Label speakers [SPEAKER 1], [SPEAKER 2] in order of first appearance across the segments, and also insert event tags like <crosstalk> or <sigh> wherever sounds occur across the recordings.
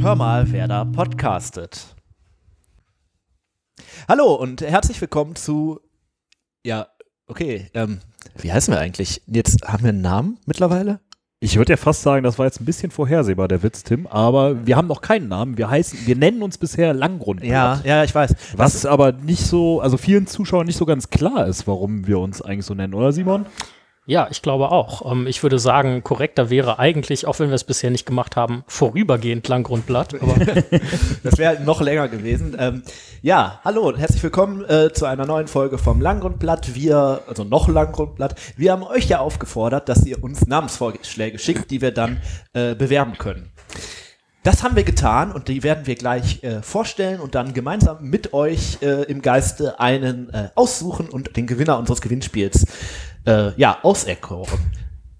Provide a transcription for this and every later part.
[SPEAKER 1] Hör mal, wer da podcastet. Hallo und herzlich willkommen zu. Ja, okay. Ähm, wie heißen wir eigentlich? Jetzt haben wir einen Namen mittlerweile?
[SPEAKER 2] Ich würde ja fast sagen, das war jetzt ein bisschen vorhersehbar, der Witz, Tim, aber wir haben noch keinen Namen. Wir heißen, wir nennen uns bisher Langgrund.
[SPEAKER 1] ja, ich weiß.
[SPEAKER 2] Was aber nicht so, also vielen Zuschauern nicht so ganz klar ist, warum wir uns eigentlich so nennen, oder Simon?
[SPEAKER 3] Ja, ich glaube auch. Ähm, ich würde sagen, korrekter wäre eigentlich, auch wenn wir es bisher nicht gemacht haben, vorübergehend Langgrundblatt. Aber
[SPEAKER 1] Das wäre halt noch länger gewesen. Ähm, ja, hallo und herzlich willkommen äh, zu einer neuen Folge vom Langgrundblatt. Wir, also noch Langgrundblatt, wir haben euch ja aufgefordert, dass ihr uns Namensvorschläge schickt, die wir dann äh, bewerben können. Das haben wir getan und die werden wir gleich äh, vorstellen und dann gemeinsam mit euch äh, im Geiste einen äh, aussuchen und den Gewinner unseres Gewinnspiels äh, ja, auserkoren.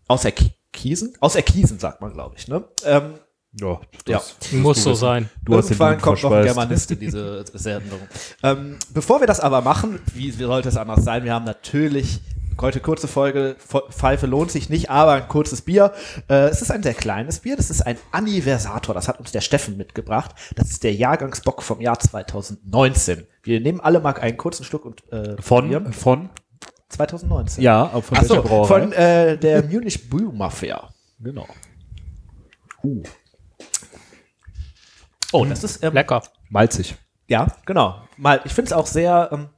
[SPEAKER 1] Auserkiesen? Auserkiesen sagt man, glaube ich. Ne? Ähm,
[SPEAKER 2] Ja,
[SPEAKER 1] das-
[SPEAKER 3] muss so sein.
[SPEAKER 2] Du hast den
[SPEAKER 1] Irgendwann
[SPEAKER 2] Mund
[SPEAKER 1] kommt noch ein
[SPEAKER 2] verspeist.
[SPEAKER 1] Germanist in
[SPEAKER 2] <laughs>
[SPEAKER 1] diese Sendung. ähm, bevor wir das aber machen, wie, wie sollte es anders sein? Wir haben natürlich heute kurze Folge, Fo- Pfeife lohnt sich nicht, aber ein kurzes Bier. Äh, es ist ein sehr kleines Bier, das ist ein Anniversator, das hat uns der Steffen mitgebracht. Das ist der Jahrgangsbock vom Jahr 2019. Wir nehmen alle mal einen kurzen Schluck und äh,
[SPEAKER 2] Von,
[SPEAKER 1] probieren.
[SPEAKER 2] von,
[SPEAKER 1] 2019.
[SPEAKER 2] ja, aber von
[SPEAKER 1] Ach so,
[SPEAKER 2] welcher Brauerei?
[SPEAKER 1] von äh, der Munich Brew Mafia.
[SPEAKER 2] genau.
[SPEAKER 1] Oh, das ist ähm,
[SPEAKER 3] Lecker.
[SPEAKER 2] Malzig.
[SPEAKER 1] Ja, genau. Mal, ich finde es auch sehr ähm,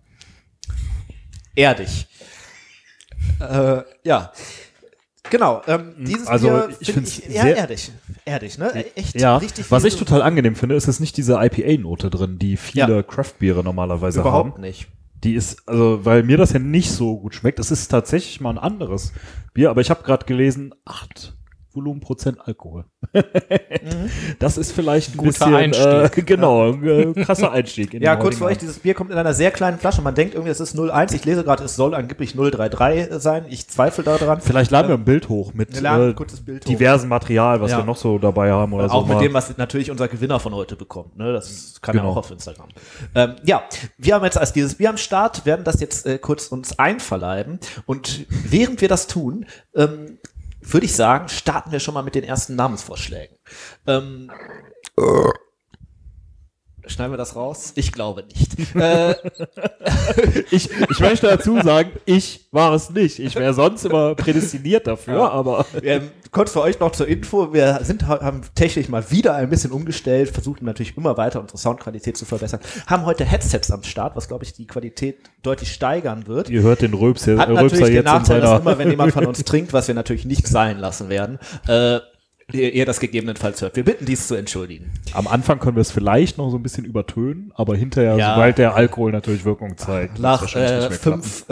[SPEAKER 1] erdig. Äh, ja. Genau, ähm, dieses
[SPEAKER 2] also
[SPEAKER 1] Bier
[SPEAKER 2] ich
[SPEAKER 1] find
[SPEAKER 2] find's
[SPEAKER 1] ich eher
[SPEAKER 2] sehr-
[SPEAKER 1] erdig. Erdig, ne? E- Echt
[SPEAKER 2] Ja,
[SPEAKER 1] richtig
[SPEAKER 2] was
[SPEAKER 1] viel
[SPEAKER 2] ich
[SPEAKER 1] so-
[SPEAKER 2] total angenehm finde, ist, es ist nicht diese IPA-Note drin, die viele
[SPEAKER 1] Ja.
[SPEAKER 2] Craft-Biere normalerweise
[SPEAKER 1] überhaupt
[SPEAKER 2] haben.
[SPEAKER 1] nicht.
[SPEAKER 2] Die ist, also, weil mir das ja nicht so gut schmeckt. Es ist tatsächlich mal ein anderes Bier, aber ich habe gerade gelesen, 8 Volumenprozent Alkohol.
[SPEAKER 1] Mhm.
[SPEAKER 2] Das ist vielleicht ein
[SPEAKER 3] Guter
[SPEAKER 2] bisschen, Äh, <laughs>
[SPEAKER 3] Einstieg.
[SPEAKER 2] genau, ein,
[SPEAKER 1] <laughs>
[SPEAKER 2] äh, krasser Einstieg. in
[SPEAKER 1] Ja,
[SPEAKER 2] den
[SPEAKER 1] kurz
[SPEAKER 2] heutigen
[SPEAKER 1] vor euch,
[SPEAKER 2] Abend.
[SPEAKER 1] dieses Bier kommt in einer sehr kleinen Flasche. Man denkt irgendwie, es ist 01. Ich lese gerade, es soll angeblich 033 sein. Ich zweifle daran.
[SPEAKER 2] Vielleicht laden wir ein Bild hoch mit
[SPEAKER 1] wir laden ein
[SPEAKER 2] äh,
[SPEAKER 1] kurzes Bild hoch.
[SPEAKER 2] diversem Material, was
[SPEAKER 1] Ja.
[SPEAKER 2] wir noch so dabei haben oder so.
[SPEAKER 1] auch mit
[SPEAKER 2] mal.
[SPEAKER 1] dem, was natürlich unser Gewinner von heute bekommt. Ne? Das kann er
[SPEAKER 2] Genau.
[SPEAKER 1] auch auf Instagram. Ähm, ja, wir haben jetzt als dieses Bier am Start, werden das jetzt äh, kurz uns einverleiben. Und während wir das tun, ähm, würde ich sagen, starten wir schon mal mit den ersten Namensvorschlägen. Ähm, Schneiden wir das raus? Ich glaube nicht. äh,
[SPEAKER 2] Ich, ich möchte dazu sagen, ich war es nicht. Ich wäre sonst immer prädestiniert dafür,
[SPEAKER 1] Ja.
[SPEAKER 2] aber <laughs>
[SPEAKER 1] Ähm, kurz für euch noch zur Info. Wir sind, haben technisch mal wieder ein bisschen umgestellt, versuchen natürlich immer weiter unsere Soundqualität zu verbessern. Haben heute Headsets am Start, was glaube ich die Qualität deutlich steigern wird.
[SPEAKER 2] ihr hört den Röps
[SPEAKER 1] Hat
[SPEAKER 2] Röpser
[SPEAKER 1] natürlich den
[SPEAKER 2] jetzt in
[SPEAKER 1] Nachteil, dass
[SPEAKER 2] seiner.
[SPEAKER 1] immer, wenn jemand
[SPEAKER 2] <laughs>
[SPEAKER 1] von uns trinkt, was wir natürlich nicht sein lassen werden, äh, ihr, ihr das gegebenenfalls hört. Wir bitten dies zu entschuldigen.
[SPEAKER 2] Am Anfang können wir es vielleicht noch so ein bisschen übertönen, aber hinterher,
[SPEAKER 1] Ja.
[SPEAKER 2] sobald der Alkohol natürlich Wirkung zeigt, wird's
[SPEAKER 1] Nach
[SPEAKER 2] wahrscheinlich
[SPEAKER 1] äh,
[SPEAKER 2] nicht mehr klappen.
[SPEAKER 1] fünf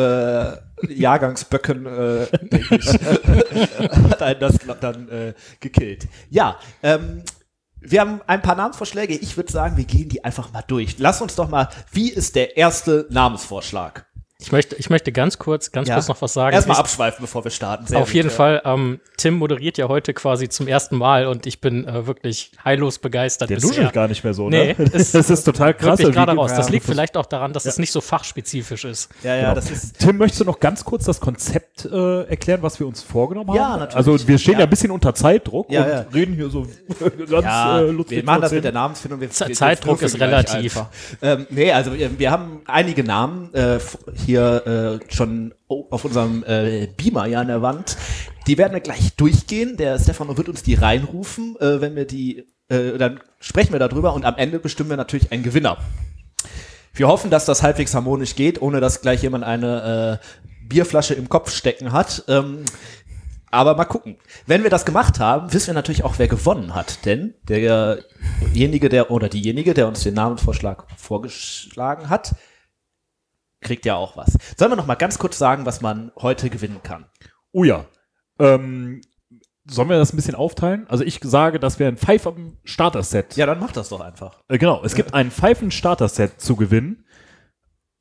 [SPEAKER 1] äh, Jahrgangsböcken äh,
[SPEAKER 2] <laughs>
[SPEAKER 1] denke ich, hat einen das dann äh, gekillt. Ja, ähm, wir haben ein paar Namensvorschläge. Ich würde sagen, wir gehen die einfach mal durch. Lass uns doch mal, wie ist der erste Namensvorschlag?
[SPEAKER 3] Ich möchte, ich möchte ganz kurz, ganz kurz noch was sagen.
[SPEAKER 1] Erstmal
[SPEAKER 3] Ich-
[SPEAKER 1] abschweifen, bevor wir starten. Sehr
[SPEAKER 3] Auf
[SPEAKER 1] gut,
[SPEAKER 3] jeden
[SPEAKER 1] ja.
[SPEAKER 3] Fall. Ähm, Tim moderiert ja heute quasi zum ersten Mal und ich bin äh, wirklich heillos begeistert.
[SPEAKER 2] Der
[SPEAKER 3] bisher.
[SPEAKER 2] duschelt gar nicht mehr so, ne? <laughs>
[SPEAKER 3] Nee,
[SPEAKER 2] das
[SPEAKER 3] ist-
[SPEAKER 2] ist total krass.
[SPEAKER 3] Wirklich
[SPEAKER 2] wie-
[SPEAKER 3] gerade raus. Das
[SPEAKER 2] Ja.
[SPEAKER 3] liegt vielleicht auch daran, dass es nicht so fachspezifisch ist.
[SPEAKER 1] Ja, ja,
[SPEAKER 2] Genau.
[SPEAKER 1] das ist.
[SPEAKER 2] Tim, möchtest du noch ganz kurz das Konzept äh, erklären, was wir uns vorgenommen
[SPEAKER 1] Ja,
[SPEAKER 2] haben?
[SPEAKER 1] natürlich.
[SPEAKER 2] Also wir stehen ja.
[SPEAKER 1] Ja.
[SPEAKER 2] ein bisschen unter Zeitdruck
[SPEAKER 1] Ja,
[SPEAKER 2] und <laughs>
[SPEAKER 1] ja.
[SPEAKER 2] reden hier so ganz
[SPEAKER 1] Ja,
[SPEAKER 2] äh, lustig.
[SPEAKER 1] wir machen das mit der
[SPEAKER 2] trotzdem.
[SPEAKER 1] Namensfindung. Wir,
[SPEAKER 3] Ze-
[SPEAKER 1] wir
[SPEAKER 3] Zeitdruck
[SPEAKER 1] dürfen
[SPEAKER 3] ist
[SPEAKER 1] gleich
[SPEAKER 3] relativ.
[SPEAKER 1] einfach. Ähm, nee, also wir, wir haben einige Namen äh, f- hier äh, schon o- auf unserem äh, Beamer hier an der Wand. Die werden wir gleich durchgehen. Der Stefano wird uns die reinrufen, äh, wenn wir die, äh, dann sprechen wir darüber und am Ende bestimmen wir natürlich einen Gewinner. Wir hoffen, dass das halbwegs harmonisch geht, ohne dass gleich jemand eine äh, Bierflasche im Kopf stecken hat. Ähm, aber mal gucken. Wenn wir das gemacht haben, wissen wir natürlich auch, wer gewonnen hat. Denn derjenige, der oder diejenige, der uns den Namensvorschlag vorgeschlagen hat, kriegt ja auch was. Sollen wir noch mal ganz kurz sagen, was man heute gewinnen kann?
[SPEAKER 2] Oh ja. Oh Ähm, Sollen wir das ein bisschen aufteilen? Also ich sage, das wäre ein Pfeif am Starter-Set.
[SPEAKER 1] Ja, dann mach das doch einfach.
[SPEAKER 2] Äh, Genau, es gibt ein Pfeifen-Starter-Set zu gewinnen.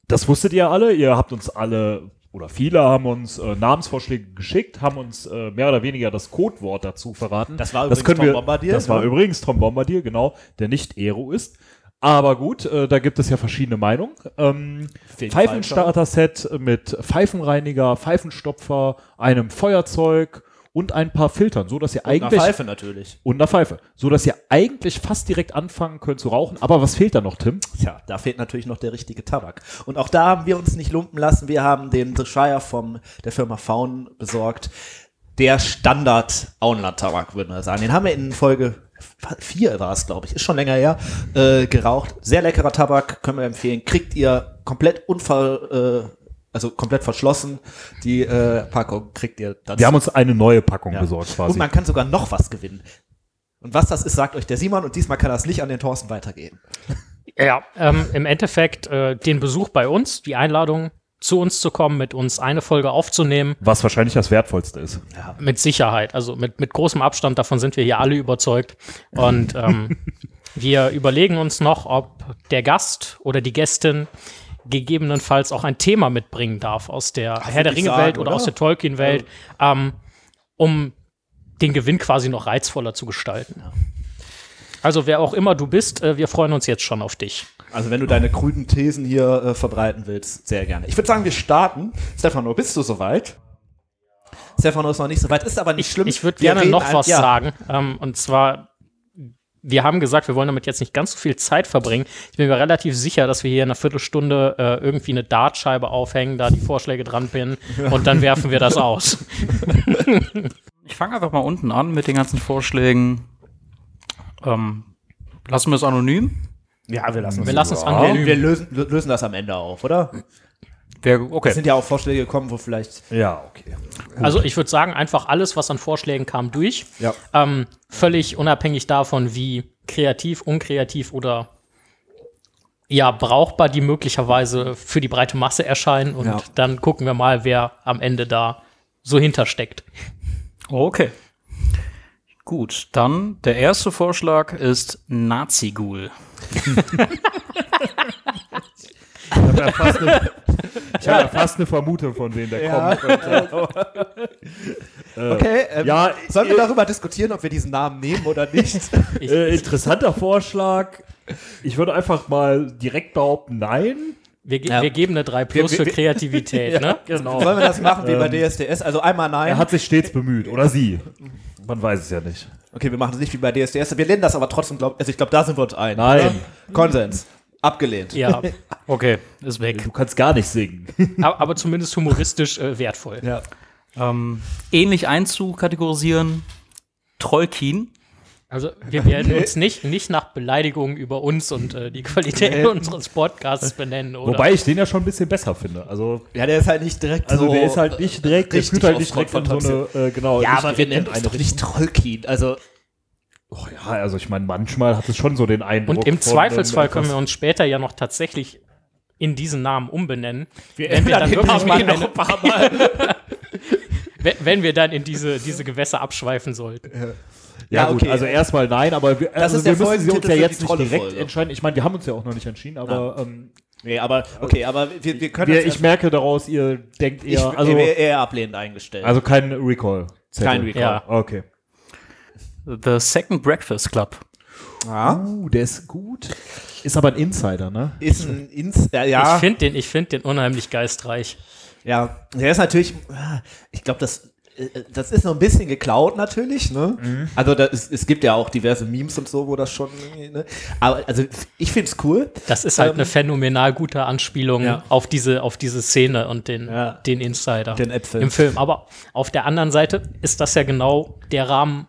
[SPEAKER 2] Das wusstet ihr alle. Ihr habt uns alle oder viele haben uns äh, Namensvorschläge geschickt, haben uns äh, mehr oder weniger das Codewort dazu verraten.
[SPEAKER 1] Das war übrigens
[SPEAKER 2] können
[SPEAKER 1] Tom
[SPEAKER 2] wir,
[SPEAKER 1] Bombadil,
[SPEAKER 2] Das war
[SPEAKER 1] ne?
[SPEAKER 2] übrigens Tom Bombardier, genau, der nicht Ero ist. Aber gut, äh, da gibt es ja verschiedene Meinungen. Ähm,
[SPEAKER 1] Fähig
[SPEAKER 2] Pfeifenstarter-Set mit Pfeifenreiniger, Pfeifenstopfer, einem Feuerzeug und ein paar Filtern, so dass ihr
[SPEAKER 1] Eigentlich
[SPEAKER 2] eigentlich
[SPEAKER 1] Pfeife natürlich.
[SPEAKER 2] und einer Pfeife. So dass ihr eigentlich fast direkt anfangen könnt zu rauchen. Aber was fehlt da noch, Tim?
[SPEAKER 1] Tja, da fehlt natürlich noch der richtige Tabak. Und auch da haben wir uns nicht lumpen lassen. Wir haben den The Shire vom, der Firma Faun besorgt. Der Standard Auenland-Tabak, würde man sagen. Den haben wir in Folge 4 war es, glaube ich. Ist schon länger her. Äh, geraucht. Sehr leckerer Tabak, können wir empfehlen. Kriegt ihr komplett unver, äh, also komplett verschlossen. Die äh, Packung kriegt ihr dann
[SPEAKER 2] Wir haben uns eine neue Packung
[SPEAKER 1] Ja.
[SPEAKER 2] besorgt
[SPEAKER 1] Und
[SPEAKER 2] quasi.
[SPEAKER 1] man kann sogar noch was gewinnen. Und was das ist, sagt euch der Simon und diesmal kann er es nicht an den Thorsten weitergeben.
[SPEAKER 3] Ja, ähm, im Endeffekt äh, den Besuch bei uns, die Einladung zu uns zu kommen, mit uns eine Folge aufzunehmen,
[SPEAKER 2] Was wahrscheinlich das Wertvollste ist.
[SPEAKER 3] mit Sicherheit, also mit, mit großem Abstand, davon sind wir hier alle überzeugt. Und ähm, wir überlegen uns noch, ob der Gast oder die Gästin gegebenenfalls auch ein Thema mitbringen darf aus der Herr der
[SPEAKER 1] ich
[SPEAKER 3] Ringe-Welt
[SPEAKER 1] sagen,
[SPEAKER 3] oder
[SPEAKER 1] oder?
[SPEAKER 3] aus der Tolkien-Welt, ähm, um den Gewinn quasi noch reizvoller zu gestalten. Also wer auch immer du bist, äh, wir freuen uns jetzt schon auf dich.
[SPEAKER 1] Also wenn du deine kruden Thesen hier äh, verbreiten willst, sehr gerne. Ich würde sagen, wir starten. Stefano, bist du soweit? Stefano ist noch nicht soweit, ist aber nicht schlimm.
[SPEAKER 3] Ich würde
[SPEAKER 1] Wir
[SPEAKER 3] gerne
[SPEAKER 1] reden
[SPEAKER 3] noch
[SPEAKER 1] ein-
[SPEAKER 3] was
[SPEAKER 1] ja.
[SPEAKER 3] sagen. Ähm, und zwar, wir haben gesagt, wir wollen damit jetzt nicht ganz so viel Zeit verbringen. Ich bin mir relativ sicher, dass wir hier in einer Viertelstunde äh, irgendwie eine Dartscheibe aufhängen, da die Vorschläge
[SPEAKER 1] <laughs>
[SPEAKER 3] dran pinnen und dann werfen wir das aus.
[SPEAKER 4] Ich fange einfach mal unten an mit den ganzen Vorschlägen. Ähm, lassen wir es anonym?
[SPEAKER 1] Ja, wir lassen
[SPEAKER 3] Wir lassen es
[SPEAKER 1] Wir,
[SPEAKER 3] anonym.
[SPEAKER 1] wir lösen, lö- lösen das am Ende auf, oder?
[SPEAKER 4] Wer,
[SPEAKER 1] Es
[SPEAKER 4] okay.
[SPEAKER 1] sind ja auch Vorschläge gekommen, wo vielleicht
[SPEAKER 2] Ja, okay.
[SPEAKER 3] Also ich würde sagen, einfach alles, was an Vorschlägen kam, durch.
[SPEAKER 1] Ja.
[SPEAKER 3] Ähm, völlig unabhängig davon, wie kreativ, unkreativ oder ja, brauchbar die möglicherweise für die breite Masse erscheinen. Und
[SPEAKER 1] Ja.
[SPEAKER 3] dann gucken wir mal, wer am Ende da so hintersteckt.
[SPEAKER 4] Okay. Gut, dann der erste Vorschlag ist Nazi-Ghoul.
[SPEAKER 2] Ich habe ja
[SPEAKER 1] <laughs>
[SPEAKER 2] fast eine, ich hab ja fast eine Vermutung, von wem der
[SPEAKER 1] Ja.
[SPEAKER 2] kommt.
[SPEAKER 1] <laughs>
[SPEAKER 2] könnte.
[SPEAKER 1] Okay, ähm,
[SPEAKER 2] Ja,
[SPEAKER 1] sollen wir darüber diskutieren, ob wir diesen Namen nehmen oder <laughs> nicht?
[SPEAKER 2] Äh, interessanter Vorschlag. Ich würde einfach mal direkt behaupten, nein.
[SPEAKER 3] Wir, ge
[SPEAKER 4] Ja.
[SPEAKER 3] wir geben eine 3 Plus
[SPEAKER 1] <laughs>
[SPEAKER 3] für Kreativität, ne?
[SPEAKER 2] Genau.
[SPEAKER 1] sollen wir das machen wie bei DSDS? Also einmal nein.
[SPEAKER 2] Er hat sich stets bemüht. Oder sie. Man weiß es ja nicht.
[SPEAKER 1] Okay, wir machen es nicht wie bei DSDS. Wir lehnen das aber trotzdem, glaub, also ich glaube, da sind wir uns ein.
[SPEAKER 2] Nein.
[SPEAKER 1] oder? Konsens. Abgelehnt.
[SPEAKER 3] Ja,
[SPEAKER 4] Okay, ist weg.
[SPEAKER 2] Du kannst gar nicht singen.
[SPEAKER 3] aber, aber zumindest humoristisch äh, wertvoll.
[SPEAKER 1] Ja.
[SPEAKER 4] Ähm, ähnlich einzukategorisieren, Trollkin.
[SPEAKER 3] Also wir werden uns nicht, nicht nach Beleidigungen über uns und äh, die Qualität unseres Podcasts benennen, oder?
[SPEAKER 2] Wobei ich den ja schon ein bisschen besser finde. Also
[SPEAKER 1] <laughs> Ja, der ist halt nicht direkt
[SPEAKER 2] Also
[SPEAKER 1] so. äh,
[SPEAKER 2] der ist halt nicht direkt, der
[SPEAKER 1] richtig
[SPEAKER 2] führt halt
[SPEAKER 1] aus
[SPEAKER 2] nicht direkt in so
[SPEAKER 1] Konfrontation.
[SPEAKER 2] eine, äh, genau.
[SPEAKER 1] ja,
[SPEAKER 2] nicht
[SPEAKER 1] aber wir
[SPEAKER 2] direkt
[SPEAKER 1] nennen
[SPEAKER 2] in
[SPEAKER 1] uns
[SPEAKER 2] eine
[SPEAKER 1] doch nicht Trollkin. Also,
[SPEAKER 2] Richtung. Ja, also ich meine, manchmal hat es schon so den Eindruck.
[SPEAKER 3] und im
[SPEAKER 2] von
[SPEAKER 3] Zweifelsfall
[SPEAKER 2] einem etwas-
[SPEAKER 3] können wir uns später ja noch tatsächlich in diesen Namen umbenennen,
[SPEAKER 1] wir
[SPEAKER 3] wenn wir
[SPEAKER 1] ändern
[SPEAKER 3] dann
[SPEAKER 1] den
[SPEAKER 3] wirklich
[SPEAKER 1] Namen
[SPEAKER 3] mal
[SPEAKER 1] eh noch
[SPEAKER 3] eine-
[SPEAKER 1] ein paar Mal.
[SPEAKER 3] <laughs> wenn, wenn wir dann in diese, diese Gewässer abschweifen sollten.
[SPEAKER 2] Ja,
[SPEAKER 1] Ja,
[SPEAKER 2] gut,
[SPEAKER 1] okay.
[SPEAKER 2] also erstmal nein, aber wir, also
[SPEAKER 1] ist
[SPEAKER 2] wir
[SPEAKER 1] der
[SPEAKER 2] müssen sie uns
[SPEAKER 1] Folgentitel
[SPEAKER 2] ja
[SPEAKER 1] für
[SPEAKER 2] jetzt
[SPEAKER 1] die
[SPEAKER 2] nicht direkt
[SPEAKER 1] Trolle-Folge.
[SPEAKER 2] entscheiden. Ich meine, wir haben uns ja auch noch nicht entschieden, aber ähm,
[SPEAKER 1] Nee, aber okay, aber wir, wir können
[SPEAKER 2] wir,
[SPEAKER 1] uns
[SPEAKER 2] ich merke daraus, ihr denkt
[SPEAKER 1] ich, äh,
[SPEAKER 2] eher, also,
[SPEAKER 1] eher, eher ablehnend eingestellt.
[SPEAKER 2] also kein Recall.
[SPEAKER 1] Kein Recall.
[SPEAKER 3] Ja.
[SPEAKER 2] Okay.
[SPEAKER 4] The Second Breakfast Club.
[SPEAKER 1] Ja.
[SPEAKER 2] Uh, der ist gut. Ist aber ein Insider, ne?
[SPEAKER 1] Ist ein Ins ja, ja,
[SPEAKER 3] Ich finde den, ich find den unheimlich geistreich.
[SPEAKER 1] ja, der ist natürlich, ah, ich glaube, das, äh, das ist noch ein bisschen geklaut natürlich, ne? Also da ist, es gibt ja auch diverse Memes und so, wo das schon, ne? Aber also ich finde es cool.
[SPEAKER 3] Das ist halt
[SPEAKER 1] Ähm,
[SPEAKER 3] eine phänomenal gute Anspielung
[SPEAKER 1] Ja.
[SPEAKER 3] auf, diese, auf diese Szene und den,
[SPEAKER 1] Ja.
[SPEAKER 3] den Insider
[SPEAKER 1] Den Äpfel.
[SPEAKER 3] im Film. Aber auf der anderen Seite ist das ja genau der Rahmen,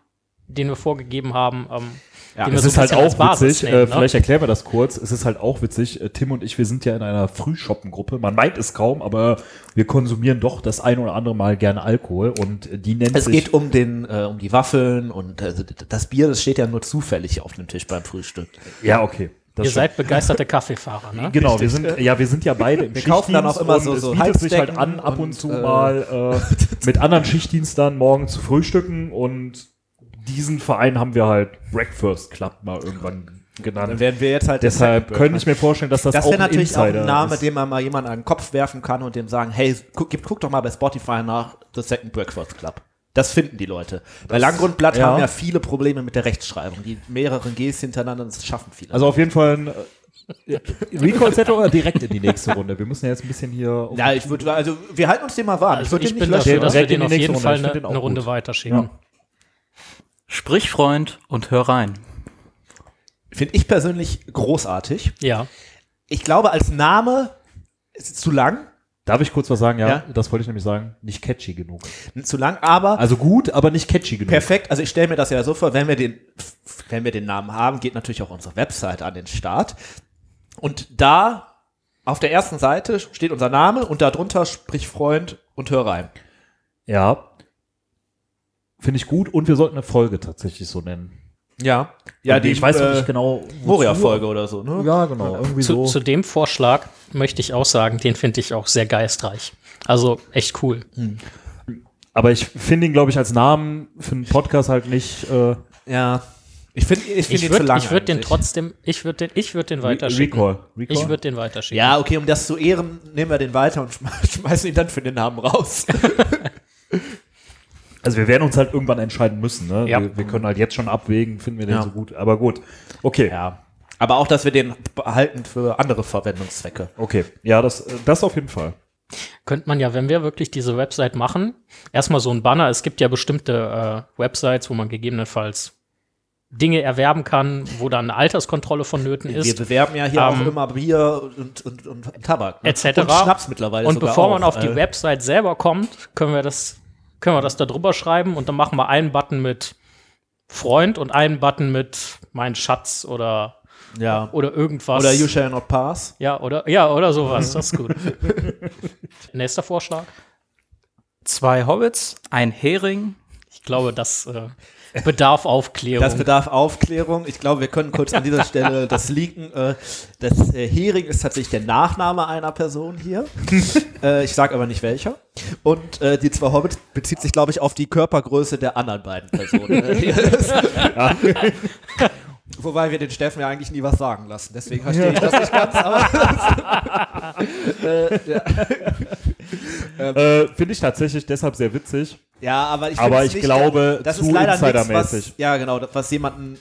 [SPEAKER 3] den wir vorgegeben haben. Ähm,
[SPEAKER 1] Ja,
[SPEAKER 3] den wir
[SPEAKER 2] Es
[SPEAKER 3] so
[SPEAKER 2] ist
[SPEAKER 3] ein
[SPEAKER 2] halt
[SPEAKER 3] bisschen als
[SPEAKER 2] auch
[SPEAKER 3] Basis
[SPEAKER 2] witzig,
[SPEAKER 3] nehmen,
[SPEAKER 2] äh,
[SPEAKER 3] ne?
[SPEAKER 2] vielleicht erklären wir das kurz. Es ist halt auch witzig, äh, Tim und ich, wir sind ja in einer Frühschoppengruppe. Man meint es kaum, aber wir konsumieren doch das ein oder andere Mal gerne Alkohol und äh, die nennt
[SPEAKER 1] Es
[SPEAKER 2] sich.
[SPEAKER 1] geht um den, äh, also, um die Waffeln und äh, das Bier, das steht ja nur zufällig auf dem Tisch beim Frühstück.
[SPEAKER 2] ja, okay. Das
[SPEAKER 3] Ihr
[SPEAKER 2] stimmt.
[SPEAKER 3] seid begeisterte Kaffeefahrer, ne?
[SPEAKER 2] <laughs> genau, wir sind, ja, wir sind ja beide im
[SPEAKER 1] Wir kaufen dann auch immer
[SPEAKER 2] und
[SPEAKER 1] so- so
[SPEAKER 2] es bietet sich halt
[SPEAKER 1] Halsdecken
[SPEAKER 2] an, ab und,
[SPEAKER 1] und,
[SPEAKER 2] zu
[SPEAKER 1] äh,
[SPEAKER 2] mal
[SPEAKER 1] <laughs>
[SPEAKER 2] äh, mit anderen Schichtdienstern morgen zu frühstücken und diesen Verein haben wir halt Breakfast Club mal irgendwann
[SPEAKER 1] Dann
[SPEAKER 2] genannt.
[SPEAKER 1] werden wir jetzt halt.
[SPEAKER 2] Deshalb könnte ich mir vorstellen, dass das,
[SPEAKER 1] Das
[SPEAKER 2] auch
[SPEAKER 1] wäre
[SPEAKER 2] ein
[SPEAKER 1] natürlich auch
[SPEAKER 2] Insider
[SPEAKER 1] ein Name,
[SPEAKER 2] ist.
[SPEAKER 1] den man mal jemanden an den Kopf werfen kann und dem sagen, hey, guck, gib- guck doch mal bei Spotify nach The Second Breakfast Club. Das finden die Leute. Bei Langgrundblatt
[SPEAKER 2] ja.
[SPEAKER 1] haben ja viele Probleme mit der Rechtschreibung. Die mehreren Gs hintereinander, das schaffen viele.
[SPEAKER 2] Also auf jeden Fall ein <laughs> äh, Recall Set oder direkt in die nächste Runde. Wir müssen ja jetzt ein bisschen hier um auf-
[SPEAKER 1] ja, ich würde, also wir halten uns dem mal warm.
[SPEAKER 3] Also
[SPEAKER 1] würd
[SPEAKER 3] ich
[SPEAKER 1] den
[SPEAKER 3] bin
[SPEAKER 1] nicht löschen.
[SPEAKER 3] dafür, dass wir
[SPEAKER 2] Direkt in
[SPEAKER 3] den
[SPEAKER 2] die
[SPEAKER 3] auf
[SPEAKER 2] nächste
[SPEAKER 3] jeden
[SPEAKER 2] Runde.
[SPEAKER 3] Fall
[SPEAKER 2] Ich
[SPEAKER 3] eine,
[SPEAKER 2] find den auch
[SPEAKER 3] eine Runde
[SPEAKER 2] gut.
[SPEAKER 3] weiterschieben.
[SPEAKER 4] Sprich Freund und hör rein.
[SPEAKER 1] Finde ich persönlich großartig.
[SPEAKER 3] Ja.
[SPEAKER 1] Ich glaube, als Name ist es zu lang.
[SPEAKER 2] Darf ich kurz was sagen? Ja,
[SPEAKER 1] Ja.
[SPEAKER 2] das wollte ich nämlich sagen. Nicht catchy genug.
[SPEAKER 1] Zu lang, aber
[SPEAKER 2] Also gut, aber nicht catchy genug.
[SPEAKER 1] Perfekt, also ich stelle mir das ja so vor, wenn wir, den, wenn wir den Namen haben, geht natürlich auch unsere Website an den Start. Und da auf der ersten Seite steht unser Name und darunter sprich Freund und hör rein.
[SPEAKER 2] Ja. Finde ich gut und wir sollten eine Folge tatsächlich so nennen.
[SPEAKER 1] Ja. Ja,
[SPEAKER 2] Und
[SPEAKER 1] die
[SPEAKER 2] ich weiß
[SPEAKER 1] äh,
[SPEAKER 2] noch nicht genau. wozu.
[SPEAKER 1] Moria-Folge oder so, ne?
[SPEAKER 2] Ja, genau. Irgendwie
[SPEAKER 3] Zu,
[SPEAKER 2] so.
[SPEAKER 3] zu dem Vorschlag möchte ich auch sagen, den finde ich auch sehr geistreich. Also echt cool.
[SPEAKER 2] Aber ich finde ihn, glaube ich, als Namen für einen Podcast halt nicht. Äh,
[SPEAKER 1] Ja. Ich finde ich find
[SPEAKER 3] Ich
[SPEAKER 1] ihn zu lang.
[SPEAKER 3] würde würd den
[SPEAKER 1] eigentlich.
[SPEAKER 3] trotzdem, ich würde den, ich würd den weiterschicken.
[SPEAKER 2] Recall. Recall?
[SPEAKER 3] Ich würde den weiterschicken.
[SPEAKER 1] Ja, okay, um das zu ehren, nehmen wir den weiter und <laughs> schme- schmeißen ihn dann für den Namen raus.
[SPEAKER 2] Also wir werden uns halt irgendwann entscheiden müssen. Ne?
[SPEAKER 3] Ja.
[SPEAKER 2] Wir, wir können halt jetzt schon abwägen, finden wir den
[SPEAKER 1] Ja.
[SPEAKER 2] so gut. Aber gut. Okay.
[SPEAKER 1] ja. Aber auch, dass wir den behalten für andere Verwendungszwecke.
[SPEAKER 2] Okay. Ja, das, äh, das auf jeden Fall.
[SPEAKER 3] Könnte man ja, wenn wir wirklich diese Website machen, erstmal so ein Banner. Es gibt ja bestimmte äh, Websites, wo man gegebenenfalls Dinge erwerben kann, wo dann eine Alterskontrolle vonnöten
[SPEAKER 1] Wir
[SPEAKER 3] ist.
[SPEAKER 1] bewerben ja hier
[SPEAKER 3] ähm,
[SPEAKER 1] auch immer Bier und, und, und Tabak. ne?
[SPEAKER 3] Etc.
[SPEAKER 1] Und Schnaps mittlerweile
[SPEAKER 3] Und
[SPEAKER 1] sogar
[SPEAKER 3] bevor
[SPEAKER 1] auch.
[SPEAKER 3] man auf die
[SPEAKER 1] Äh,
[SPEAKER 3] Website selber kommt, können wir das, können wir das da drüber schreiben und dann machen wir einen Button mit Freund und einen Button mit mein Schatz oder,
[SPEAKER 1] Ja.
[SPEAKER 3] oder irgendwas.
[SPEAKER 1] Oder You Shall Not Pass.
[SPEAKER 3] ja, oder, ja, oder sowas. Das
[SPEAKER 1] <laughs>
[SPEAKER 3] ist gut. Nächster Vorschlag.
[SPEAKER 4] Zwei Hobbits, ein Hering.
[SPEAKER 3] Ich glaube, das äh, bedarf Aufklärung.
[SPEAKER 1] Das bedarf Aufklärung. Ich glaube, wir können kurz an
[SPEAKER 3] <laughs>
[SPEAKER 1] dieser Stelle das leaken. Äh, Das äh, Hering ist tatsächlich der Nachname einer Person
[SPEAKER 3] <laughs>
[SPEAKER 1] hier. Äh, Ich sage aber nicht welcher. Und äh, die zwei Hobbits bezieht sich, glaube ich, auf die Körpergröße der anderen beiden
[SPEAKER 3] <laughs>
[SPEAKER 1] Personen. äh, hier ist. <laughs> Wobei wir den Steffen ja eigentlich nie was sagen lassen. Deswegen verstehe ich das nicht ganz. Aber
[SPEAKER 2] Äh, finde ich tatsächlich deshalb sehr witzig.
[SPEAKER 1] Ja, aber ich,
[SPEAKER 2] Aber
[SPEAKER 1] find's
[SPEAKER 2] ich glaube,
[SPEAKER 1] das
[SPEAKER 2] zu
[SPEAKER 1] ist leider nix,
[SPEAKER 2] insidermäßig.
[SPEAKER 1] was, Ja, genau, das- was jemanden,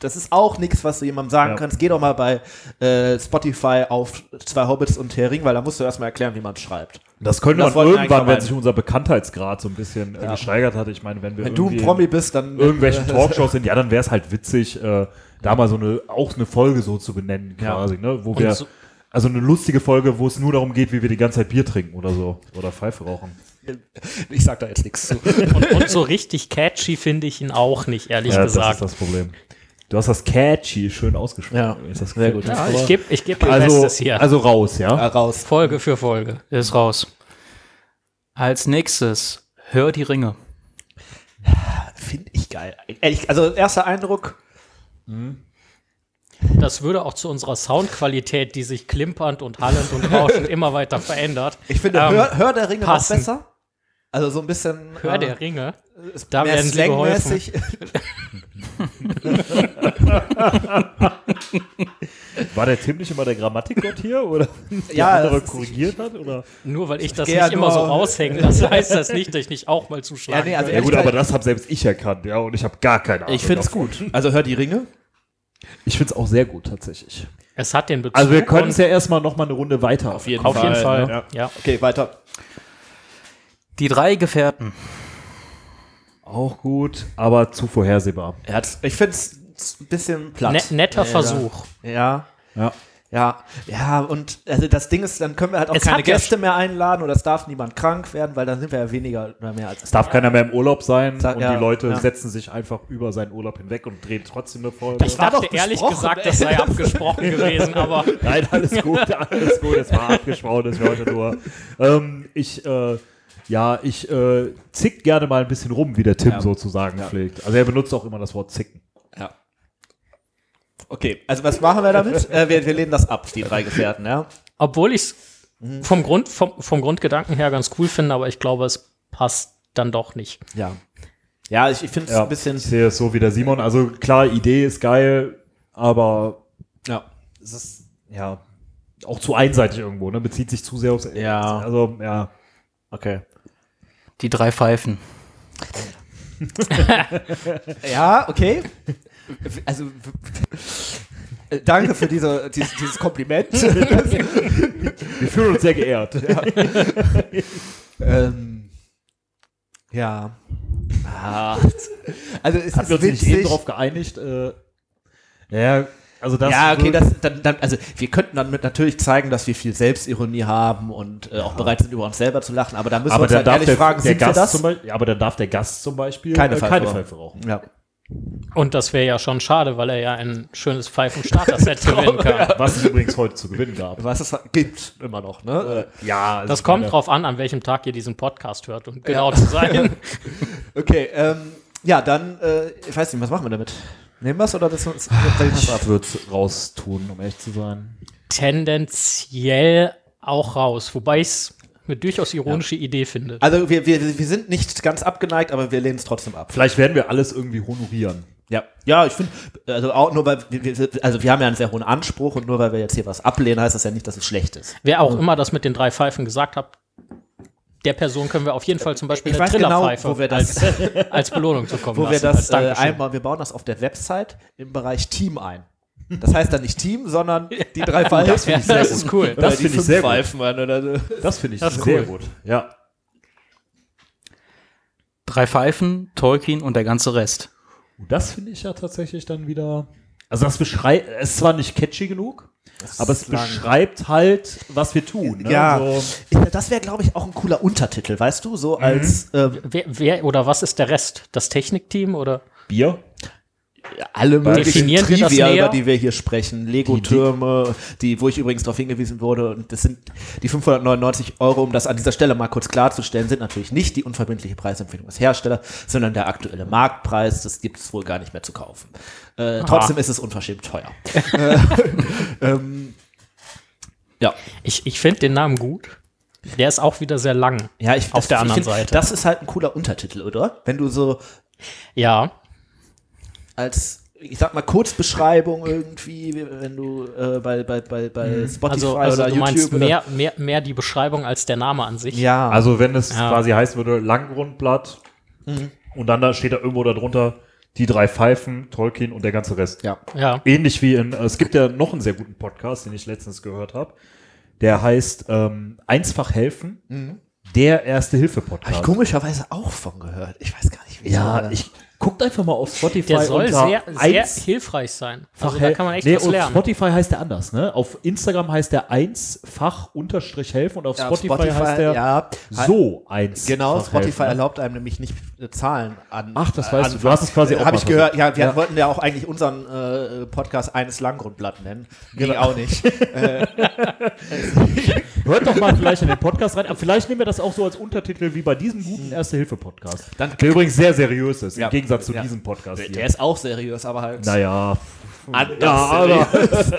[SPEAKER 1] das ist auch nichts, was du jemandem sagen
[SPEAKER 2] Ja.
[SPEAKER 1] kannst. Geh doch mal bei äh, Spotify auf zwei Hobbits und Hering, weil da musst du erstmal erklären, wie man schreibt.
[SPEAKER 2] Das können
[SPEAKER 1] Das
[SPEAKER 2] wir
[SPEAKER 1] wollten wir eigentlich
[SPEAKER 2] irgendwann, wenn
[SPEAKER 1] vermeiden.
[SPEAKER 2] sich unser Bekanntheitsgrad so ein bisschen äh, gesteigert hat. Ich meine, wenn wir
[SPEAKER 1] Wenn du ein
[SPEAKER 2] irgendwie-
[SPEAKER 1] Promi bist, dann
[SPEAKER 2] irgendwelchen Talkshows sind, ja, dann wäre es halt witzig, äh, da mal so eine, auch eine Folge so zu benennen,
[SPEAKER 1] Ja.
[SPEAKER 2] quasi, ne? Wo wir,
[SPEAKER 3] so-
[SPEAKER 2] also eine lustige Folge, wo es nur darum geht, wie wir die ganze Zeit Bier trinken oder so. Oder Pfeife rauchen.
[SPEAKER 1] ich sag da jetzt nichts <laughs> zu.
[SPEAKER 3] und, und so richtig catchy finde ich ihn auch nicht, ehrlich
[SPEAKER 2] ja, das
[SPEAKER 3] gesagt.
[SPEAKER 2] ist das Problem. Du hast das catchy schön ausgesprochen.
[SPEAKER 1] Ja,
[SPEAKER 2] Ist das
[SPEAKER 1] sehr gut.
[SPEAKER 3] ja, ich gebe ich geb mein
[SPEAKER 2] Also,
[SPEAKER 3] Bestes hier.
[SPEAKER 2] also raus, ja?
[SPEAKER 1] äh, Raus.
[SPEAKER 3] Folge für Folge.
[SPEAKER 4] Ist raus. Als nächstes, hör die Ringe.
[SPEAKER 1] Finde ich geil. Ehrlich, also erster Eindruck,
[SPEAKER 3] Das würde auch zu unserer Soundqualität, die sich klimpernd und hallend und
[SPEAKER 1] <laughs>
[SPEAKER 3] rauschend immer weiter verändert.
[SPEAKER 1] ich finde,
[SPEAKER 3] Ähm,
[SPEAKER 1] hör, hör der Ringe
[SPEAKER 3] passen.
[SPEAKER 1] auch besser. Also so ein bisschen
[SPEAKER 3] Hör
[SPEAKER 1] äh,
[SPEAKER 3] der Ringe.
[SPEAKER 1] ist
[SPEAKER 3] da
[SPEAKER 1] mehr
[SPEAKER 3] werden sie geholfen.
[SPEAKER 1] slangmäßig. <laughs>
[SPEAKER 2] War der Tim nicht immer der Grammatikgott hier?
[SPEAKER 1] <laughs>
[SPEAKER 2] Oder der
[SPEAKER 1] Ja,
[SPEAKER 2] andere
[SPEAKER 1] das ist-
[SPEAKER 2] korrigiert hat? Oder?
[SPEAKER 3] Nur weil ich das
[SPEAKER 1] geh
[SPEAKER 3] nicht
[SPEAKER 1] ja
[SPEAKER 3] immer
[SPEAKER 1] nur-
[SPEAKER 3] so raushänge, das
[SPEAKER 1] <laughs>
[SPEAKER 3] heißt das nicht, dass ich nicht auch mal zuschlagen
[SPEAKER 1] Ja, nee, also
[SPEAKER 3] würde.
[SPEAKER 2] Ja gut,
[SPEAKER 1] Ehrlich,
[SPEAKER 2] aber das habe selbst ich erkannt, ja, und ich habe gar keine Ahnung.
[SPEAKER 1] Ich finde es gut. Also hör die Ringe.
[SPEAKER 2] Ich finde es auch sehr gut, tatsächlich.
[SPEAKER 3] Es hat den Bezug.
[SPEAKER 2] Also wir können es
[SPEAKER 3] und-
[SPEAKER 2] ja erstmal nochmal eine Runde weiter auf
[SPEAKER 1] jeden
[SPEAKER 3] auf jeden Fall.
[SPEAKER 2] ne?
[SPEAKER 3] Ja.
[SPEAKER 1] Okay, weiter.
[SPEAKER 4] Die drei Gefährten.
[SPEAKER 2] Auch gut, aber zu vorhersehbar.
[SPEAKER 1] Er hat's- ich finde es ein bisschen platt.
[SPEAKER 3] Ne- netter
[SPEAKER 1] Ja.
[SPEAKER 3] Versuch.
[SPEAKER 1] Ja.
[SPEAKER 2] Ja.
[SPEAKER 1] Ja, ja, und also das Ding ist, dann können wir halt auch
[SPEAKER 3] Es
[SPEAKER 1] keine
[SPEAKER 3] hat ja
[SPEAKER 1] Gäste mehr einladen oder es darf niemand krank werden, weil dann sind wir ja weniger oder mehr als.
[SPEAKER 2] Es darf keiner mehr im Urlaub sein
[SPEAKER 1] Sa-
[SPEAKER 2] und
[SPEAKER 1] ja,
[SPEAKER 2] die Leute
[SPEAKER 1] ja.
[SPEAKER 2] setzen sich einfach über seinen Urlaub hinweg und drehen trotzdem eine Folge.
[SPEAKER 3] Ich
[SPEAKER 1] war
[SPEAKER 3] dachte
[SPEAKER 1] doch
[SPEAKER 3] ehrlich
[SPEAKER 1] besprochen,
[SPEAKER 3] gesagt,
[SPEAKER 1] ey.
[SPEAKER 3] das sei
[SPEAKER 1] <laughs>
[SPEAKER 3] abgesprochen gewesen, aber
[SPEAKER 2] Nein, alles gut, alles gut. Es war abgesprochen, das war heute nur. Ähm, ich, äh, ja, ich äh, zick gerne mal ein bisschen rum, wie der Tim sozusagen pflegt. Also er benutzt auch immer das Wort zicken.
[SPEAKER 1] Ja. Okay, also was machen wir damit? äh, wir, wir lehnen das ab, die drei Gefährten, ja.
[SPEAKER 3] Obwohl ich es
[SPEAKER 1] Mhm.
[SPEAKER 3] vom, Grund, vom, vom Grundgedanken her ganz cool finde, aber ich glaube, es passt dann doch nicht.
[SPEAKER 1] Ja. Ja, ich, ich finde es
[SPEAKER 2] Ja,
[SPEAKER 1] ein bisschen.
[SPEAKER 2] Ich sehe es so wie der Simon. Also klar, Idee ist geil, aber
[SPEAKER 1] Ja.
[SPEAKER 2] es ist ja auch zu einseitig irgendwo, ne? Bezieht sich zu sehr aufs
[SPEAKER 1] Ja.
[SPEAKER 2] Also, ja.
[SPEAKER 1] Okay.
[SPEAKER 4] Die drei Pfeifen.
[SPEAKER 1] Ja, okay. Also w- <laughs> danke für diese, dieses, dieses <laughs> Kompliment.
[SPEAKER 2] Wir fühlen uns
[SPEAKER 1] <laughs>
[SPEAKER 2] sehr geehrt.
[SPEAKER 1] ähm, ja. Ah, also es
[SPEAKER 2] Hatten wir
[SPEAKER 1] ist
[SPEAKER 2] uns nicht eh
[SPEAKER 1] witzig.
[SPEAKER 2] drauf geeinigt? Äh, ja, also das.
[SPEAKER 1] ja, okay,
[SPEAKER 2] wird-
[SPEAKER 1] das, dann, dann, also wir könnten dann mit natürlich zeigen, dass wir viel Selbstironie haben und äh, auch bereit sind, über uns selber zu lachen, aber da müssen
[SPEAKER 2] aber
[SPEAKER 1] wir
[SPEAKER 2] dann
[SPEAKER 1] uns
[SPEAKER 2] darf
[SPEAKER 1] halt
[SPEAKER 2] der,
[SPEAKER 1] ehrlich fragen,
[SPEAKER 2] der
[SPEAKER 1] sind wir
[SPEAKER 2] Gast
[SPEAKER 1] das?
[SPEAKER 2] zum Beispiel, ja, aber dann darf der Gast zum Beispiel
[SPEAKER 1] Keine
[SPEAKER 2] äh,
[SPEAKER 1] Pfeife
[SPEAKER 2] keine
[SPEAKER 1] rauchen.
[SPEAKER 2] Pfeife rauchen.
[SPEAKER 1] ja.
[SPEAKER 3] Und das wäre ja schon schade, weil er ja ein
[SPEAKER 1] <laughs>
[SPEAKER 3] schönes
[SPEAKER 1] Oh,
[SPEAKER 3] Pfeifen-Starter-Set gewinnen kann.
[SPEAKER 2] Was es übrigens heute zu gewinnen gab.
[SPEAKER 1] Was es gibt immer noch, ne?
[SPEAKER 2] Ja, also
[SPEAKER 3] Das kommt
[SPEAKER 2] meine-
[SPEAKER 3] drauf an, an welchem Tag ihr diesen Podcast hört, um genau
[SPEAKER 1] <laughs>
[SPEAKER 3] zu sein.
[SPEAKER 1] Okay, ähm, ja, dann, äh, ich weiß nicht, was machen wir damit? Nehmen wir es oder das uns <laughs> das ab?
[SPEAKER 2] Ich würde es raus tun, um ehrlich zu sein.
[SPEAKER 3] Tendenziell auch raus, wobei ich es eine durchaus ironische Idee finde.
[SPEAKER 1] Also wir, wir, wir sind nicht ganz abgeneigt, aber wir lehnen es trotzdem ab.
[SPEAKER 2] Vielleicht werden wir alles irgendwie honorieren.
[SPEAKER 1] Ja, ja, ich finde, also auch nur weil, wir, wir- also wir haben ja einen sehr hohen Anspruch und nur weil wir jetzt hier was ablehnen, heißt das ja nicht, dass es schlecht ist.
[SPEAKER 3] Wer auch immer das mit den drei Pfeifen gesagt hat, der Person können wir auf jeden Fall zum Beispiel
[SPEAKER 1] Ich
[SPEAKER 3] eine
[SPEAKER 1] weiß genau,
[SPEAKER 3] Trillerpfeife
[SPEAKER 1] wo wir das, <laughs>
[SPEAKER 3] als Belohnung zukommen
[SPEAKER 1] wo wir
[SPEAKER 3] lassen.
[SPEAKER 1] das äh,
[SPEAKER 2] halt.
[SPEAKER 3] als Dankeschön.
[SPEAKER 1] einmal, wir bauen das auf der Website im Bereich Team ein. Das heißt dann nicht Team, sondern die drei Pfeifen.
[SPEAKER 3] das wär- das ist cool.
[SPEAKER 1] Oder
[SPEAKER 2] Das
[SPEAKER 1] die
[SPEAKER 2] finde ich
[SPEAKER 1] fünf
[SPEAKER 2] sehr gut.
[SPEAKER 1] Pfeifen, Mann, oder so.
[SPEAKER 2] Das finde ich
[SPEAKER 3] Das ist
[SPEAKER 2] sehr
[SPEAKER 3] cool.
[SPEAKER 2] gut. Ja.
[SPEAKER 4] Drei Pfeifen, Tolkien und der ganze Rest.
[SPEAKER 2] Und das finde ich ja tatsächlich dann wieder. Also das beschreibt, es ist zwar nicht catchy genug, aber es
[SPEAKER 1] ist lang.
[SPEAKER 2] beschreibt halt, was wir tun. Ne?
[SPEAKER 1] Ja,
[SPEAKER 2] So,
[SPEAKER 1] Ich- das wäre, glaube ich, auch ein cooler Untertitel, weißt du? So als ähm,
[SPEAKER 3] Wer, wer oder was ist der Rest? Das Technikteam oder?
[SPEAKER 2] Bier.
[SPEAKER 1] alle möglichen
[SPEAKER 3] Definieren wir das
[SPEAKER 1] Trivia,
[SPEAKER 3] näher?
[SPEAKER 1] über die wir hier sprechen. Lego-Türme, die, wo ich übrigens darauf hingewiesen wurde. Und das sind die 599 Euro, um das an dieser Stelle mal kurz klarzustellen, sind natürlich nicht die unverbindliche Preisempfehlung des Herstellers, sondern der aktuelle Marktpreis. Das gibt es wohl gar nicht mehr zu kaufen. Äh, trotzdem ist es unverschämt teuer.
[SPEAKER 3] <laughs>
[SPEAKER 1] Äh, ähm, ja.
[SPEAKER 3] Ich, ich finde den Namen gut. Der ist auch wieder sehr lang.
[SPEAKER 1] ja, ich
[SPEAKER 3] Auf der anderen
[SPEAKER 1] ich find,
[SPEAKER 3] Seite.
[SPEAKER 1] Das ist halt ein cooler Untertitel, oder? Wenn du so
[SPEAKER 3] <laughs> Ja,
[SPEAKER 1] als, ich sag mal, Kurzbeschreibung irgendwie, wenn du äh, bei, bei, bei,
[SPEAKER 2] Mhm.
[SPEAKER 1] bei Spotify
[SPEAKER 3] also, also
[SPEAKER 1] oder
[SPEAKER 3] du
[SPEAKER 1] YouTube.
[SPEAKER 3] meinst
[SPEAKER 1] oder,
[SPEAKER 3] mehr, mehr, mehr die Beschreibung als der Name an sich.
[SPEAKER 1] ja, also,
[SPEAKER 2] Also wenn es
[SPEAKER 3] Ah. Ja. Mhm.
[SPEAKER 2] quasi heißen würde, Langgrundblatt und dann da steht da irgendwo darunter die drei Pfeifen, Tolkien und der ganze Rest.
[SPEAKER 1] ja.
[SPEAKER 3] Ja.
[SPEAKER 2] Ähnlich wie in, es gibt ja noch einen sehr guten Podcast, den ich letztens gehört habe. Der heißt ähm, Einsfach helfen,
[SPEAKER 3] Mhm.
[SPEAKER 2] der
[SPEAKER 3] Ah,
[SPEAKER 1] Habe ich
[SPEAKER 2] Erste-Hilfe-Podcast.
[SPEAKER 1] komischerweise auch von gehört. Ich weiß gar nicht, wie
[SPEAKER 2] Ja, ich guckt einfach mal auf Spotify.
[SPEAKER 3] Der soll
[SPEAKER 2] unter
[SPEAKER 3] sehr, sehr
[SPEAKER 2] eins-
[SPEAKER 3] hilfreich sein. Also
[SPEAKER 2] Fach-
[SPEAKER 3] da kann man echt
[SPEAKER 2] Nee,
[SPEAKER 3] was
[SPEAKER 2] auf
[SPEAKER 3] lernen.
[SPEAKER 2] Spotify heißt der anders, ne? Auf Instagram heißt der 1-fach unterstrich helfen und auf
[SPEAKER 1] Ja,
[SPEAKER 2] Spotify, heißt der
[SPEAKER 1] ja,
[SPEAKER 2] so 1.
[SPEAKER 1] Genau, Spotify
[SPEAKER 2] helfen, ne?
[SPEAKER 1] erlaubt einem nämlich nicht äh, Zahlen an.
[SPEAKER 2] Ach, das
[SPEAKER 1] äh,
[SPEAKER 2] weißt du. Du hast es quasi auch
[SPEAKER 1] Habe ich
[SPEAKER 2] mal
[SPEAKER 1] gehört. Ja, wir
[SPEAKER 2] Ja.
[SPEAKER 1] wollten ja auch eigentlich unseren äh, Podcast eines Langgrundblatt nennen. Genau. auch
[SPEAKER 2] <laughs>
[SPEAKER 1] nicht.
[SPEAKER 2] Hört doch mal vielleicht in den Podcast rein. Aber vielleicht nehmen wir das auch so als Untertitel wie bei diesem guten Erste-Hilfe-Podcast.
[SPEAKER 1] Dann-
[SPEAKER 2] Der übrigens sehr seriös ist,
[SPEAKER 1] Ja.
[SPEAKER 2] im Gegensatz zu
[SPEAKER 1] Ja.
[SPEAKER 2] diesem Podcast hier.
[SPEAKER 1] Der ist auch seriös, aber halt
[SPEAKER 2] naja.
[SPEAKER 1] anders
[SPEAKER 2] aber-
[SPEAKER 1] seriös.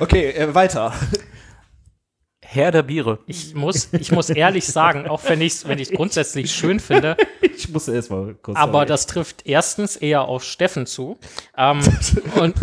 [SPEAKER 1] okay, äh, weiter.
[SPEAKER 4] Herr der Biere.
[SPEAKER 3] Ich muss, ich muss ehrlich sagen, auch wenn ich es wenn ich's grundsätzlich schön finde,
[SPEAKER 2] <laughs> Ich muss erst mal kurz.
[SPEAKER 3] aber
[SPEAKER 2] sorry.
[SPEAKER 3] das trifft erstens eher auf Steffen zu ähm,
[SPEAKER 2] <laughs>
[SPEAKER 3] und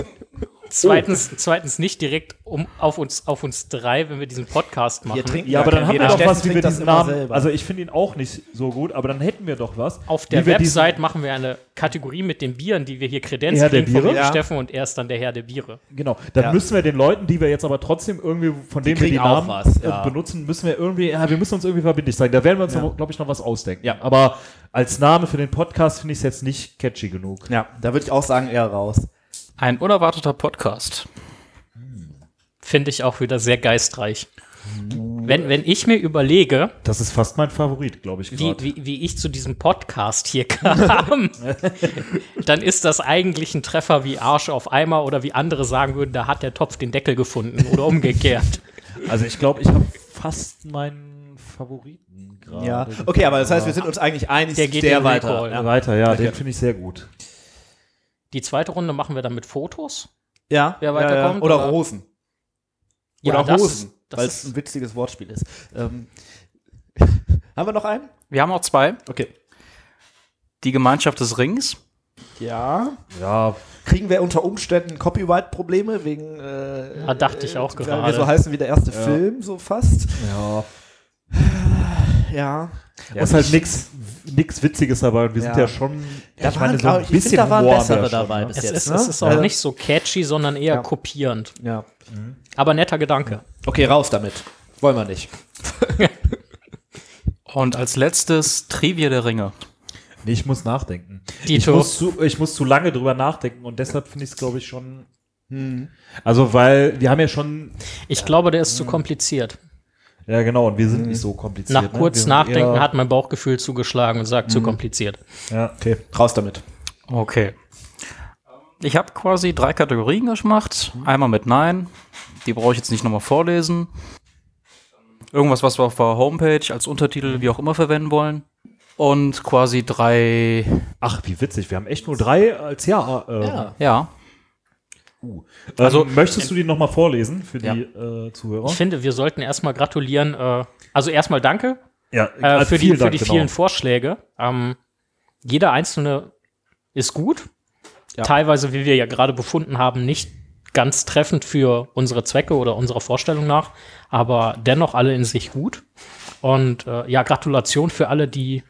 [SPEAKER 3] zweitens, zweitens nicht direkt um, auf, uns, auf uns drei, wenn wir diesen Podcast machen.
[SPEAKER 1] trinken
[SPEAKER 2] Ja, aber dann haben wir
[SPEAKER 1] jeder.
[SPEAKER 2] doch
[SPEAKER 1] Steffen
[SPEAKER 2] was, wie wir
[SPEAKER 1] trinkt das
[SPEAKER 2] diesen
[SPEAKER 1] immer
[SPEAKER 2] Namen.
[SPEAKER 1] selber.
[SPEAKER 2] Also ich finde ihn auch nicht so gut, aber dann hätten wir doch was.
[SPEAKER 3] Auf der
[SPEAKER 2] wie wir diesen-
[SPEAKER 3] Website machen wir eine Kategorie mit den Bieren, die wir hier Kredenz
[SPEAKER 2] Herr der
[SPEAKER 3] kriegen von
[SPEAKER 2] Biere?
[SPEAKER 3] dem
[SPEAKER 1] Ja.
[SPEAKER 3] Steffen und er ist dann der Herr der Biere.
[SPEAKER 2] Genau, dann
[SPEAKER 1] Ja.
[SPEAKER 2] müssen wir den Leuten, die wir jetzt aber trotzdem irgendwie, von denen wir
[SPEAKER 1] kriegen
[SPEAKER 2] die
[SPEAKER 1] auch
[SPEAKER 2] Namen
[SPEAKER 1] was,
[SPEAKER 2] äh,
[SPEAKER 1] ja.
[SPEAKER 2] benutzen, müssen wir irgendwie, ja, wir müssen uns irgendwie verbindlich zeigen. Da werden wir uns,
[SPEAKER 1] Ja.
[SPEAKER 2] glaube ich, noch was ausdenken.
[SPEAKER 1] Ja.
[SPEAKER 2] Aber als Name für den Podcast finde ich es jetzt nicht catchy genug.
[SPEAKER 1] Ja, da würde ich auch sagen, eher raus.
[SPEAKER 4] Ein unerwarteter Podcast.
[SPEAKER 3] Finde ich auch wieder sehr geistreich.
[SPEAKER 2] Mhm.
[SPEAKER 3] Wenn, wenn ich mir überlege,
[SPEAKER 2] Das ist fast mein Favorit, glaube ich,
[SPEAKER 3] wie,
[SPEAKER 2] gerade.
[SPEAKER 3] wie, wie ich zu diesem Podcast hier kam, dann ist das eigentlich ein Treffer wie Arsch auf Eimer oder wie andere sagen würden, da hat der Topf den Deckel gefunden oder umgekehrt.
[SPEAKER 2] Also ich glaube, ich habe fast meinen Favoriten gerade.
[SPEAKER 1] Ja, okay, aber das heißt, wir sind uns eigentlich einig,
[SPEAKER 3] Der geht in den
[SPEAKER 1] weiter.
[SPEAKER 3] Recall.
[SPEAKER 2] Weiter, ja, den finde ich sehr gut.
[SPEAKER 3] Die zweite Runde machen wir dann mit Fotos.
[SPEAKER 1] Ja,
[SPEAKER 3] Wer
[SPEAKER 1] ja, ja.
[SPEAKER 3] weiterkommt,
[SPEAKER 1] Oder
[SPEAKER 3] oder?
[SPEAKER 1] Rosen.
[SPEAKER 3] Ja,
[SPEAKER 1] oder
[SPEAKER 3] das
[SPEAKER 1] Hosen,
[SPEAKER 3] ist- das
[SPEAKER 1] weil es
[SPEAKER 3] ist-
[SPEAKER 1] ein witziges Wortspiel ist. Ähm, <laughs> haben wir noch einen?
[SPEAKER 4] Wir haben auch zwei.
[SPEAKER 1] Okay.
[SPEAKER 4] Die Gemeinschaft des Rings.
[SPEAKER 1] Ja.
[SPEAKER 2] Ja,
[SPEAKER 1] Kriegen wir unter Umständen Copyright-Probleme wegen. Äh,
[SPEAKER 3] Ja, dachte ich
[SPEAKER 1] äh,
[SPEAKER 3] auch
[SPEAKER 1] weil
[SPEAKER 3] gerade.
[SPEAKER 1] Wir so heißen wie der erste
[SPEAKER 2] Ja.
[SPEAKER 1] Film, so fast.
[SPEAKER 2] ja.
[SPEAKER 1] Ja.
[SPEAKER 2] Ja, ist halt nichts nix Witziges dabei und wir sind
[SPEAKER 1] Ja.
[SPEAKER 2] ja schon,
[SPEAKER 1] Da waren,
[SPEAKER 2] so
[SPEAKER 1] glaub ich, ich find, da waren
[SPEAKER 2] Humor haben wir
[SPEAKER 1] bessere
[SPEAKER 2] ja
[SPEAKER 1] dabei
[SPEAKER 2] ne?
[SPEAKER 1] bis
[SPEAKER 3] Es,
[SPEAKER 1] jetzt,
[SPEAKER 3] ist,
[SPEAKER 1] ne?
[SPEAKER 3] es ist auch
[SPEAKER 1] Ja.
[SPEAKER 3] nicht so catchy, sondern eher
[SPEAKER 1] Ja.
[SPEAKER 3] kopierend.
[SPEAKER 1] Ja.
[SPEAKER 3] Aber netter Gedanke.
[SPEAKER 1] Okay, raus damit. Wollen wir nicht.
[SPEAKER 4] Und als letztes Trivia der Ringe.
[SPEAKER 2] Nee, ich muss nachdenken. Ich
[SPEAKER 3] Dito.
[SPEAKER 2] muss, zu, ich muss zu lange drüber nachdenken und deshalb finde ich es, glaube ich, schon. Also, weil wir haben ja schon,
[SPEAKER 3] Ich glaube, der ist zu kompliziert.
[SPEAKER 2] ja genau, und wir sind nicht so kompliziert.
[SPEAKER 3] Nach
[SPEAKER 2] ne?
[SPEAKER 3] kurz
[SPEAKER 2] wir sind
[SPEAKER 3] Nachdenken
[SPEAKER 2] eher,
[SPEAKER 3] hat mein Bauchgefühl zugeschlagen und sagt, zu kompliziert.
[SPEAKER 2] Ja, okay.
[SPEAKER 1] Raus damit.
[SPEAKER 4] Okay. Ich habe quasi drei Kategorien gemacht. Einmal mit Nein. Die brauche ich jetzt nicht nochmal vorlesen. Irgendwas, was wir auf der Homepage als Untertitel, wie auch immer, verwenden wollen. Und quasi drei,
[SPEAKER 2] Ach, wie witzig, wir haben echt nur drei als Ja. Äh,
[SPEAKER 1] Ja.
[SPEAKER 4] ja,
[SPEAKER 2] Also, möchtest du die nochmal vorlesen für die äh, Zuhörer?
[SPEAKER 3] äh, Ich finde, wir sollten erstmal gratulieren. Äh, also erstmal danke
[SPEAKER 2] Ja,
[SPEAKER 3] äh,
[SPEAKER 1] Also
[SPEAKER 3] für, die,
[SPEAKER 2] vielen
[SPEAKER 3] für
[SPEAKER 2] Dank,
[SPEAKER 3] die
[SPEAKER 2] genau.
[SPEAKER 3] vielen Vorschläge. Ähm, jeder einzelne ist gut.
[SPEAKER 1] Ja.
[SPEAKER 3] Teilweise, wie wir ja gerade befunden haben, nicht ganz treffend für unsere Zwecke oder unserer Vorstellung nach, aber dennoch alle in sich gut. Und äh, ja, Gratulation für alle, die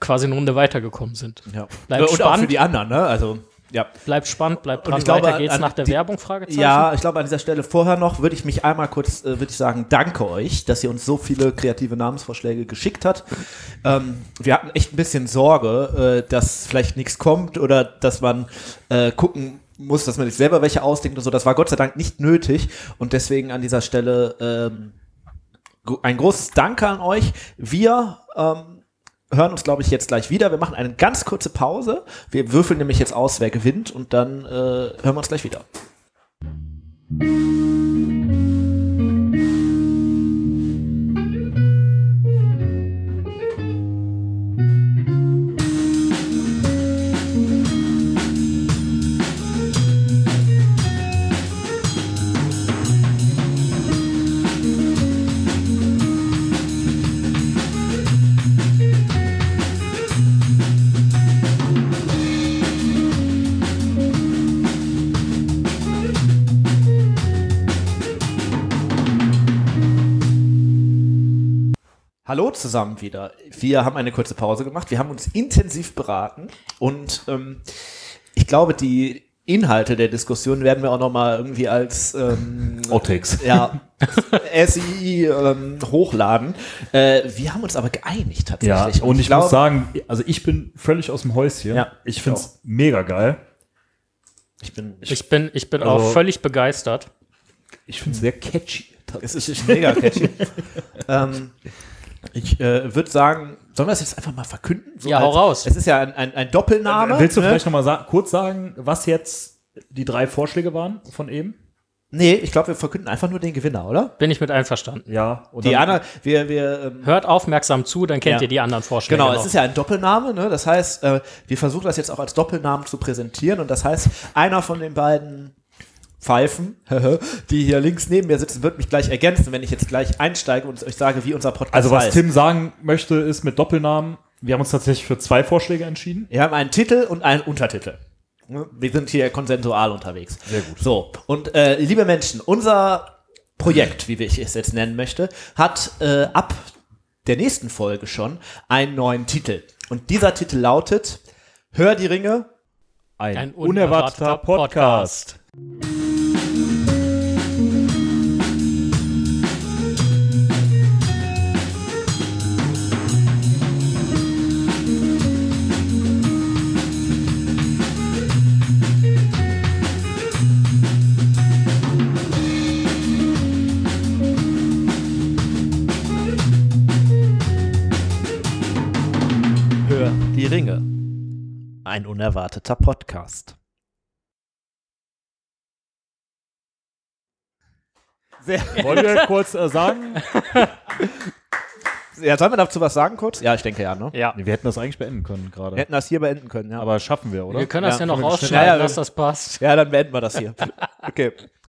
[SPEAKER 3] quasi eine Runde weitergekommen sind.
[SPEAKER 1] Ja.
[SPEAKER 3] Bleibt
[SPEAKER 1] und auch für
[SPEAKER 3] spannend.
[SPEAKER 1] die anderen, ne? Also, ja.
[SPEAKER 3] Bleibt spannend, bleibt
[SPEAKER 1] Und
[SPEAKER 3] dran.
[SPEAKER 1] ich glaube,
[SPEAKER 3] Weiter geht's
[SPEAKER 1] an
[SPEAKER 3] nach der
[SPEAKER 1] die-
[SPEAKER 3] Werbung? Fragezeichen.
[SPEAKER 1] Ja, ich glaube, an dieser Stelle vorher noch würde ich mich einmal kurz, äh, würde ich sagen, danke euch, dass ihr uns so viele kreative Namensvorschläge geschickt habt. Ähm, wir hatten echt ein bisschen Sorge, äh, dass vielleicht nichts kommt oder dass man äh, gucken muss, dass man sich selber welche ausdenkt und so. Das war Gott sei Dank nicht nötig und deswegen an dieser Stelle ähm, gro- ein großes Danke an euch. Wir ähm, hören uns, glaube ich, jetzt gleich wieder. Wir machen eine ganz kurze Pause. Wir würfeln nämlich jetzt aus, wer gewinnt und dann äh, hören wir uns gleich wieder. Hallo zusammen wieder. Wir haben eine kurze Pause gemacht. Wir haben uns intensiv beraten und ähm, ich glaube, die Inhalte der Diskussion werden wir auch noch mal irgendwie als ähm,
[SPEAKER 2] Outtakes.
[SPEAKER 3] Äh,
[SPEAKER 2] <laughs>
[SPEAKER 1] ja, SEI ähm, hochladen. Äh, wir haben uns aber geeinigt
[SPEAKER 2] Ja,
[SPEAKER 1] tatsächlich.
[SPEAKER 2] und ich
[SPEAKER 1] glaub-
[SPEAKER 2] muss sagen, also ich bin völlig aus dem Häuschen.
[SPEAKER 1] Ja,
[SPEAKER 2] ich finde es mega geil.
[SPEAKER 1] ich bin ich,
[SPEAKER 3] Ich bin, ich bin
[SPEAKER 2] Also-
[SPEAKER 3] auch völlig begeistert.
[SPEAKER 2] Ich finde es sehr catchy.
[SPEAKER 1] es ist mega
[SPEAKER 2] <laughs>
[SPEAKER 1] catchy. ähm, ich äh, würde sagen, sollen wir das jetzt einfach mal verkünden? So
[SPEAKER 3] Ja, hau raus.
[SPEAKER 1] Es ist ja ein, ein, ein Doppelname.
[SPEAKER 2] Äh, Willst du
[SPEAKER 1] ne?
[SPEAKER 2] vielleicht nochmal sa kurz sagen, was jetzt die drei Vorschläge waren von eben?
[SPEAKER 1] Nee, ich glaube, wir verkünden einfach nur den Gewinner, oder?
[SPEAKER 3] Bin ich mit einverstanden.
[SPEAKER 2] Ja. Und
[SPEAKER 1] Die
[SPEAKER 2] dann-
[SPEAKER 1] anderen, wir, wir ähm,
[SPEAKER 3] Hört aufmerksam zu, dann kennt
[SPEAKER 1] Ja.
[SPEAKER 3] ihr die anderen Vorschläge.
[SPEAKER 1] Genau,
[SPEAKER 3] noch.
[SPEAKER 1] es ist ja ein Doppelname, ne? das heißt, äh, wir versuchen das jetzt auch als Doppelnamen zu präsentieren und das heißt, einer von den beiden Pfeifen, <laughs> die hier links neben mir sitzen, wird mich gleich ergänzen, wenn ich jetzt gleich einsteige und euch sage, wie unser Podcast
[SPEAKER 2] Also was
[SPEAKER 1] heißt.
[SPEAKER 2] Tim sagen möchte, ist mit Doppelnamen, wir haben uns tatsächlich für zwei Vorschläge entschieden.
[SPEAKER 1] Wir haben einen Titel und einen Untertitel. Ne? Wir sind hier konsensual unterwegs. Sehr gut. So, und äh, liebe Menschen, unser Projekt, wie ich es jetzt nennen möchte, hat äh, ab der nächsten Folge schon einen neuen Titel. Und dieser Titel lautet Hör die Ringe,
[SPEAKER 2] Ein,
[SPEAKER 3] unerwarteter Podcast.
[SPEAKER 1] Hör die Ringe. Ein unerwarteter Podcast. Sehr,
[SPEAKER 2] Wollen wir kurz äh, sagen?
[SPEAKER 1] Ja, sollen wir dazu was sagen kurz? Ja, ich denke ja, ne?
[SPEAKER 3] Ja.
[SPEAKER 2] <laughs> Nee, wir hätten das eigentlich beenden können gerade.
[SPEAKER 1] Wir hätten das hier beenden können, ja.
[SPEAKER 2] Aber schaffen wir, oder?
[SPEAKER 3] Wir können das ja,
[SPEAKER 1] Ja,
[SPEAKER 3] noch
[SPEAKER 1] können wir
[SPEAKER 3] rausschneiden,
[SPEAKER 1] schneller-
[SPEAKER 3] dass das passt.
[SPEAKER 1] ja, dann beenden wir das hier. <laughs> Okay.